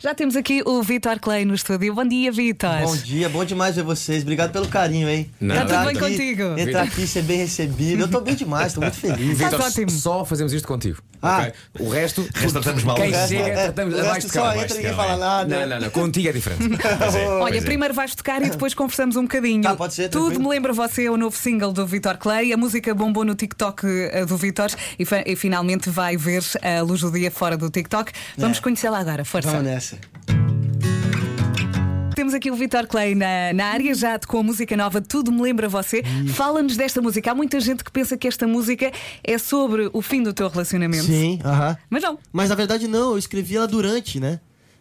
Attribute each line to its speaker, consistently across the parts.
Speaker 1: Já temos aqui o Vitor Clay no estúdio. Bom dia, Vitor.
Speaker 2: Bom dia, bom demais ver vocês. Obrigado pelo carinho, hein?
Speaker 3: Não. Tá
Speaker 1: tudo
Speaker 2: Entrar
Speaker 1: bem
Speaker 2: aqui-
Speaker 1: contigo?
Speaker 2: Entrar aqui, ser bem recebido. Eu tô bem demais, tô muito feliz.
Speaker 1: Estás
Speaker 3: Vitor,
Speaker 1: ótimo.
Speaker 3: Só fazemos isto contigo.
Speaker 2: Ah.
Speaker 3: ok? O resto,
Speaker 4: tratamos mal.
Speaker 3: Quem
Speaker 4: O resto-
Speaker 3: chega,
Speaker 2: é,
Speaker 3: tratamos
Speaker 2: o
Speaker 3: abaixo
Speaker 2: resto
Speaker 3: de
Speaker 2: só entra
Speaker 3: cá.
Speaker 2: e
Speaker 3: abaixo de
Speaker 2: ninguém
Speaker 3: cá,
Speaker 2: fala
Speaker 3: vai.
Speaker 2: nada.
Speaker 3: Não, não, não. Contigo é diferente.
Speaker 4: Pois é,
Speaker 1: Olha,
Speaker 4: pois é.
Speaker 1: primeiro vais tocar e depois conversamos um bocadinho.
Speaker 2: Ah, pode ser,
Speaker 1: Tudo
Speaker 2: tranquilo.
Speaker 1: me lembra você, é o novo single do Vitor Clay. A música bombou no TikTok eh, do Vitor e, fa- e finalmente vai ver a luz do dia fora do TikTok. Vamos
Speaker 2: É.
Speaker 1: conhecê-la agora, força.
Speaker 2: Vamos né? nessa.
Speaker 1: Temos aqui o Vitor Clay na, na área, já com a música nova Tudo Me Lembra Você.
Speaker 2: Hum.
Speaker 1: Fala-nos desta música. Há muita gente que pensa que esta música é sobre o fim do teu relacionamento.
Speaker 5: Sim, aham.
Speaker 1: Mas não.
Speaker 5: Mas na verdade não, eu escrevi ela durante, né?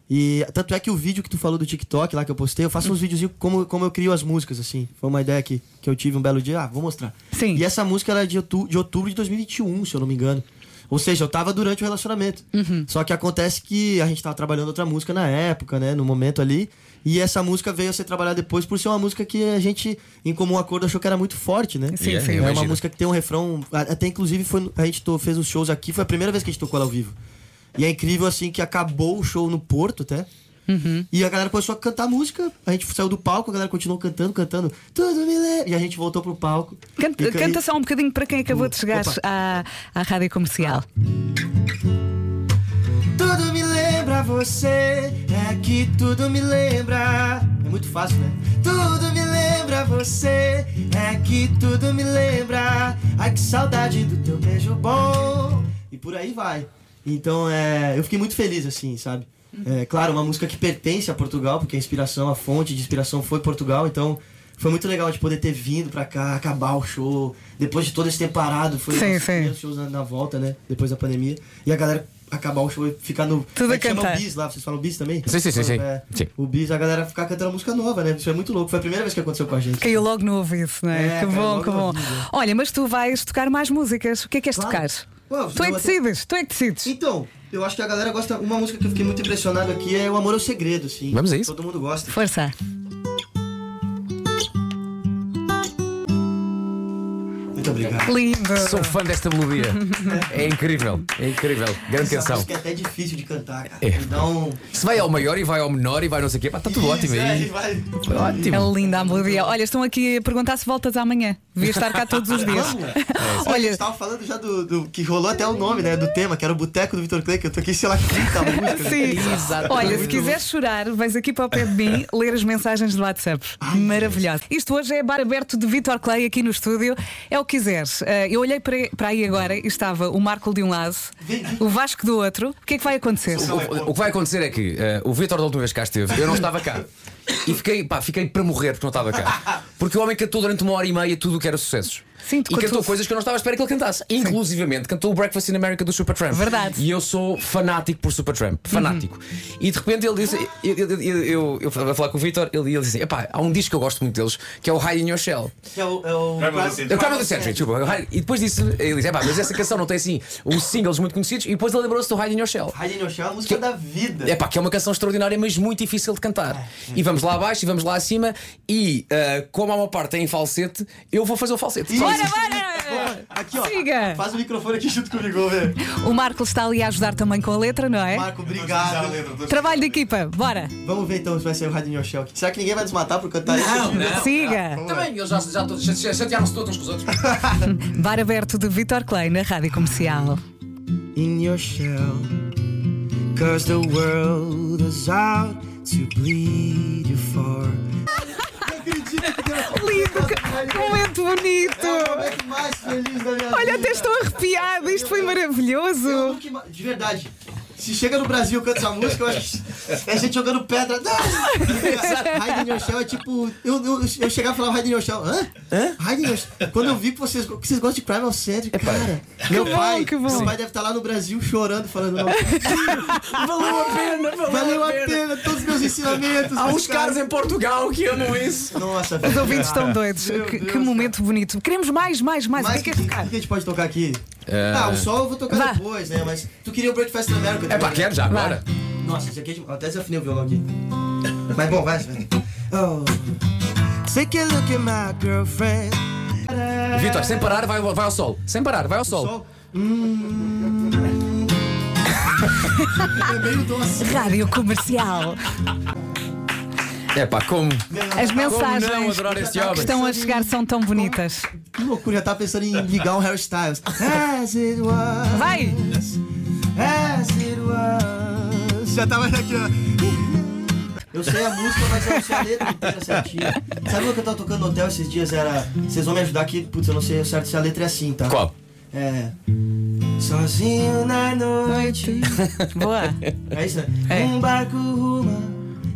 Speaker 5: E tanto é que o vídeo que tu falou do TikTok lá que eu postei, eu faço uns videozinhos como, como eu crio as músicas, assim. Foi uma ideia que, que eu tive um belo dia. Ah, vou mostrar.
Speaker 1: Sim.
Speaker 5: E essa música era de, outu- de outubro de 2021, se eu não me engano. Ou seja, eu tava durante o relacionamento. Só que acontece que a gente tava trabalhando outra música na época, né? No momento ali. E essa música veio a ser trabalhada depois por ser uma música que a gente, em comum acordo, achou que era muito forte, né?
Speaker 1: Sim,
Speaker 3: Yeah,
Speaker 1: sim.
Speaker 3: eu
Speaker 5: É uma
Speaker 3: imagino.
Speaker 5: música que tem um refrão. a- Até inclusive foi, no- a gente to- fez uns shows aqui, foi a primeira vez que a gente tocou ela ao vivo. E é incrível assim que acabou o show no Porto até. E a galera começou a cantar música. A gente saiu do palco, a galera continuou cantando, cantando. Tudo me lembra. E a gente voltou pro palco.
Speaker 1: Canta,
Speaker 5: E ca-
Speaker 1: canta só um bocadinho para quem
Speaker 2: Hum.
Speaker 1: acabou de chegar
Speaker 5: Opa.
Speaker 1: à, à rádio comercial.
Speaker 5: Tudo me lembra você, é que tudo me lembra. É muito fácil, né? Tudo me lembra você, é que tudo me lembra. Ai que saudade do teu beijo bom. E por aí vai. Então é, eu fiquei muito feliz assim, sabe? É claro, uma música que pertence a Portugal, porque a inspiração, a fonte de inspiração foi Portugal, então foi muito legal de poder ter vindo pra cá, acabar o show, depois de todo esse tempo parado, foi
Speaker 1: Sim,
Speaker 5: um dos
Speaker 1: sim.
Speaker 5: primeiros shows na, na volta, né? Depois da pandemia. E a galera acabar o show e ficar no.
Speaker 1: Tudo
Speaker 5: é que chama
Speaker 1: cantar.
Speaker 5: o bis lá, vocês falam bis também?
Speaker 3: Sim, sim, sim, sim.
Speaker 5: É,
Speaker 3: Sim.
Speaker 5: O bis, a galera ficar cantando música nova, né? Isso é muito louco. Foi a primeira vez que aconteceu com a gente.
Speaker 1: Caiu logo no ouvido, não é?
Speaker 5: É,
Speaker 1: que
Speaker 5: caiu
Speaker 1: bom,
Speaker 5: logo
Speaker 1: que
Speaker 5: no
Speaker 1: bom.
Speaker 5: ouvido.
Speaker 1: Olha, mas tu vais tocar mais músicas. O que é que queres
Speaker 5: Claro.
Speaker 1: tocar?
Speaker 5: Uau,
Speaker 1: tu é que
Speaker 5: eu até-
Speaker 1: decides, tu é que decides.
Speaker 5: Então, eu acho que a galera gosta. Uma música que eu fiquei muito impressionado aqui é O Amor é o Segredo, sim.
Speaker 3: Vamos a isso.
Speaker 5: Todo mundo gosta.
Speaker 1: Força.
Speaker 5: Muito obrigado.
Speaker 1: Lindo.
Speaker 3: Sou fã desta melodia. É incrível, é incrível.
Speaker 5: Essa
Speaker 3: Grande canção.
Speaker 5: música é até difícil de cantar, cara.
Speaker 3: É.
Speaker 5: Então.
Speaker 3: Se vai ao maior e vai ao menor e vai não sei o quê, pá, está Tá tudo ótimo
Speaker 5: Isso, é,
Speaker 3: aí.
Speaker 5: vai.
Speaker 1: É
Speaker 3: Ótimo.
Speaker 1: linda a melodia. Olha, estão aqui a perguntar se voltas amanhã. Devias estar cá todos os dias.
Speaker 3: É,
Speaker 5: Vamos.
Speaker 1: Olha,
Speaker 5: Olha, estava falando já do, do- que rolou até o nome, né, do tema, que era o Boteco do Vitor Clay, que eu toquei, sei lá, né? 30 músicas.
Speaker 1: Sim.
Speaker 3: Exato.
Speaker 1: Olha, se quiseres chorar, vais aqui para o pé de mim ler as mensagens do WhatsApp. Maravilhosa. Isto hoje é bar aberto de Vitor Clay aqui no estúdio. É o que quiseres. Eh, eu olhei para para aí agora e estava o Marco de um lado, o Vasco do outro. O que é que vai acontecer?
Speaker 3: O, o que vai acontecer é que eh, o Vitor da última vez que cá esteve, eu não estava cá. E fiquei, pá, fiquei para morrer porque não estava cá. Porque o homem cantou durante uma hora e meia tudo o que era sucessos.
Speaker 1: Sim,
Speaker 3: e
Speaker 1: tu
Speaker 3: cantou
Speaker 1: cantou-
Speaker 3: coisas que eu não estava à espera que ele cantasse. Inclusivamente cantou o Breakfast in America do Supertramp.
Speaker 1: Verdade. Uhum.
Speaker 3: E eu sou fanático por Supertramp. Fanático. E de repente ele disse: Eu, eu, eu, eu, eu estava a falar com o Vitor, ele, ele disse: Epá, há um disco que eu gosto muito deles, que é o High in Your Shell.
Speaker 5: Que é o. É o
Speaker 4: Vai, vai,
Speaker 5: quase-
Speaker 3: Eu Carmen do Century, desculpa. E depois disse, ele disse: Epá, mas essa canção não tem assim uns singles muito conhecidos. E depois ele lembrou-se do High in Your Shell.
Speaker 5: Hiding Your Shell é a música da vida.
Speaker 3: É pá, que é uma canção extraordinária, mas muito difícil de cantar. E vamos lá abaixo e vamos lá acima. E ah, como há uma parte em falsete, eu vou fazer o falsete. Só
Speaker 1: Bora,
Speaker 3: isso.
Speaker 1: bora!
Speaker 5: Aqui, ó.
Speaker 1: Siga.
Speaker 5: Faz o microfone aqui junto comigo, velho.
Speaker 1: O Marco está ali a ajudar também com a letra, não é?
Speaker 5: Marco, obrigado.
Speaker 1: Trabalho de equipa, bora!
Speaker 5: Vamos ver então se vai sair o Hiding Your Shell. Será que ninguém vai nos matar por cantar
Speaker 3: Ah,
Speaker 5: isso? Não, não.
Speaker 1: Siga!
Speaker 3: Também, eles já, já, todos- já chatearam-se todos uns com os outros.
Speaker 1: Bar aberto de Vitor Clay na rádio comercial.
Speaker 5: in your shell. Cause the world is out to bleed you for. Não acredito que deu
Speaker 1: Lindo! Que momento bonito!
Speaker 5: É o momento mais feliz da minha
Speaker 1: Olha,
Speaker 5: vida.
Speaker 1: até estou arrepiada, isto foi
Speaker 5: Eu
Speaker 1: maravilhoso!
Speaker 5: nunca ima- De verdade. Se chega no Brasil e canta essa música, eu acho que é gente jogando pedra. Raiden Yoshel é tipo. Eu, eu, eu chegava e falava Raiden Yoshel. Hã? Raiden Yoshel. Quando eu vi que vocês, que vocês gostam de Primal Century, cara. Meu
Speaker 1: bom,
Speaker 5: pai,
Speaker 1: que bom.
Speaker 5: meu pai deve estar lá no Brasil chorando, falando. "Não,
Speaker 3: Valeu a pena, valeu,
Speaker 5: Valeu a pena todos os meus ensinamentos.
Speaker 3: Há uns
Speaker 5: meus
Speaker 3: caras em Portugal que amam isso.
Speaker 5: Nossa,
Speaker 1: Os ouvintes estão doidos.
Speaker 5: Meu
Speaker 1: Que, que
Speaker 5: Deus,
Speaker 1: momento bonito. Queremos mais, mais, mais.
Speaker 5: Mas
Speaker 1: o
Speaker 5: o
Speaker 1: que é
Speaker 5: que,
Speaker 1: que é
Speaker 5: que
Speaker 1: tocar?
Speaker 5: a gente pode tocar aqui?
Speaker 3: É.
Speaker 5: Ah, o sol eu vou tocar
Speaker 1: Vá.
Speaker 5: depois, né? Mas tu queria o Breakfast in America
Speaker 3: É
Speaker 5: também,
Speaker 3: pá,
Speaker 5: né?
Speaker 3: quero já
Speaker 1: Vá.
Speaker 3: agora.
Speaker 5: Nossa, isso aqui é demais. Eu Até desafinei o violão aqui. Mas bom, vai. vai. Oh. Take a look at my girlfriend.
Speaker 3: Vitor, sem parar, vai, vai ao sol. Sem parar, vai ao sol.
Speaker 5: Sol. Hum.
Speaker 6: É meio doce.
Speaker 1: Rádio Comercial.
Speaker 3: É pá, como?
Speaker 5: É
Speaker 1: As
Speaker 3: Como não
Speaker 1: mensagens
Speaker 3: adorar esse
Speaker 1: que
Speaker 3: homem?
Speaker 1: estão a chegar são tão bonitas.
Speaker 6: Que loucura, já tava pensando em ligar um Harry Styles. As it was.
Speaker 1: Vai!
Speaker 6: As it was. Já tava aqui, ó.
Speaker 5: Eu sei a música, mas eu não sei a letra inteira certinha. Sabe o que eu tava tocando no hotel esses dias? Era. Vocês vão me ajudar aqui? Putz, eu não sei certo se a letra é assim, tá?
Speaker 3: Qual?
Speaker 5: É. Sozinho na noite.
Speaker 1: Boa!
Speaker 5: É isso, né?
Speaker 1: É.
Speaker 5: Um barco ruma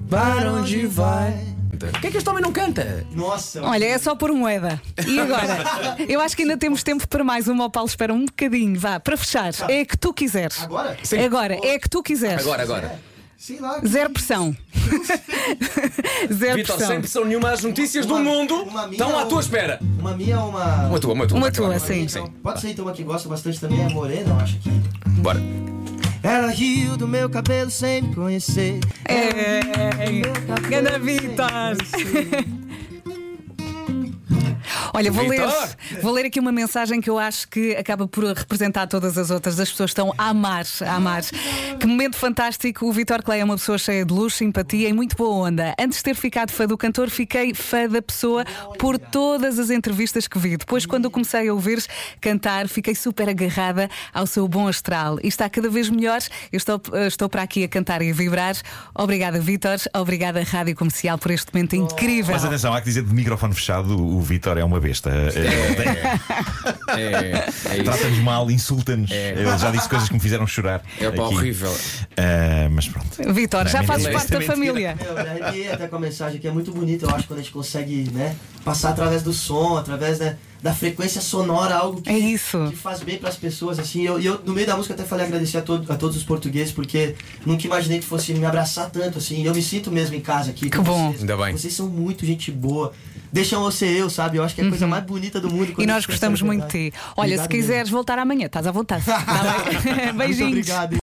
Speaker 5: para onde vai.
Speaker 3: Por que é que este homem não canta?
Speaker 5: Nossa,
Speaker 1: Olha, é só por moeda. E agora? Eu acho que ainda temos tempo para mais uma. O Paulo espera um bocadinho. Vá, para fechar. É que tu quiseres.
Speaker 6: Agora?
Speaker 1: Agora, é que tu quiseres.
Speaker 3: Tá. Agora, agora.
Speaker 6: Sei lá.
Speaker 1: Zero pressão. Zero
Speaker 3: Vitor,
Speaker 1: pressão.
Speaker 3: sem pressão nenhuma, as notícias do
Speaker 5: Uma-
Speaker 3: mundo
Speaker 5: uma minha
Speaker 3: estão à
Speaker 5: ou-
Speaker 3: tua espera.
Speaker 5: Uma minha ou uma.
Speaker 3: Uma tua, uma tua.
Speaker 1: Uma
Speaker 3: vai,
Speaker 1: tua,
Speaker 3: vai, vai.
Speaker 1: sim.
Speaker 3: Sim,
Speaker 5: Pode ser então uma que gosta bastante também, é morena, eu acho que.
Speaker 3: bora.
Speaker 5: Ela riu do meu cabelo sem me conhecer.
Speaker 1: Ei, É, Ganda Vitor! Olha, vou ler,
Speaker 3: Vitor!
Speaker 1: vou ler aqui uma mensagem que eu acho que acaba por representar todas as outras. As pessoas estão a amar, a amar. Que momento fantástico. O Vitor Clay é uma pessoa cheia de luz, simpatia e muito boa onda. Antes de ter ficado fã do cantor, fiquei fã da pessoa por todas as entrevistas que vi. Depois, quando eu comecei a ouvir cantar, fiquei super agarrada ao seu bom astral. E está cada vez melhor. Eu estou, eh, estou para aqui a cantar e a vibrar. Obrigada, Vitor. Obrigada, Rádio Comercial, por este momento incrível.
Speaker 4: Mas atenção, há que dizer de microfone fechado: o o Vitor é uma besta. É,
Speaker 3: É, é
Speaker 4: é,
Speaker 3: isso.
Speaker 4: Trata-nos mal, insulta-nos. Ele já disse coisas que me fizeram chorar.
Speaker 3: É pá,
Speaker 4: aqui.
Speaker 3: horrível.
Speaker 4: Ah, mas pronto.
Speaker 1: Vitor, já
Speaker 4: Não, é
Speaker 1: fazes
Speaker 3: mentira,
Speaker 1: parte da
Speaker 4: mentira.
Speaker 1: família.
Speaker 5: Eu me arrepiei até com a mensagem que é muito bonita, eu acho, quando a gente consegue, né, passar através do som, através né, da frequência sonora, algo que,
Speaker 1: É isso.
Speaker 5: que faz bem pras pessoas, assim. Eu, e eu, no meio da música, até falei agradecer a, to- a todos os portugueses, porque nunca imaginei que fosse me abraçar tanto, assim. E eu me sinto mesmo em casa aqui.
Speaker 1: Que
Speaker 5: com
Speaker 1: bom.
Speaker 5: Vocês.
Speaker 3: Ainda bem.
Speaker 5: Vocês são muito gente boa. Deixam eu ser eu, sabe? Eu acho que é a coisa mais bonita do mundo.
Speaker 1: Uhum. E
Speaker 5: quando a
Speaker 1: nós
Speaker 5: gente
Speaker 1: gostamos
Speaker 5: percebe a
Speaker 1: muito de ti.
Speaker 5: verdade.
Speaker 1: Olha, se
Speaker 5: Obrigado mesmo.
Speaker 1: quiseres voltar amanhã, estás à vontade. Tá bem?
Speaker 5: Muito
Speaker 1: Beijinhos.
Speaker 5: obrigado.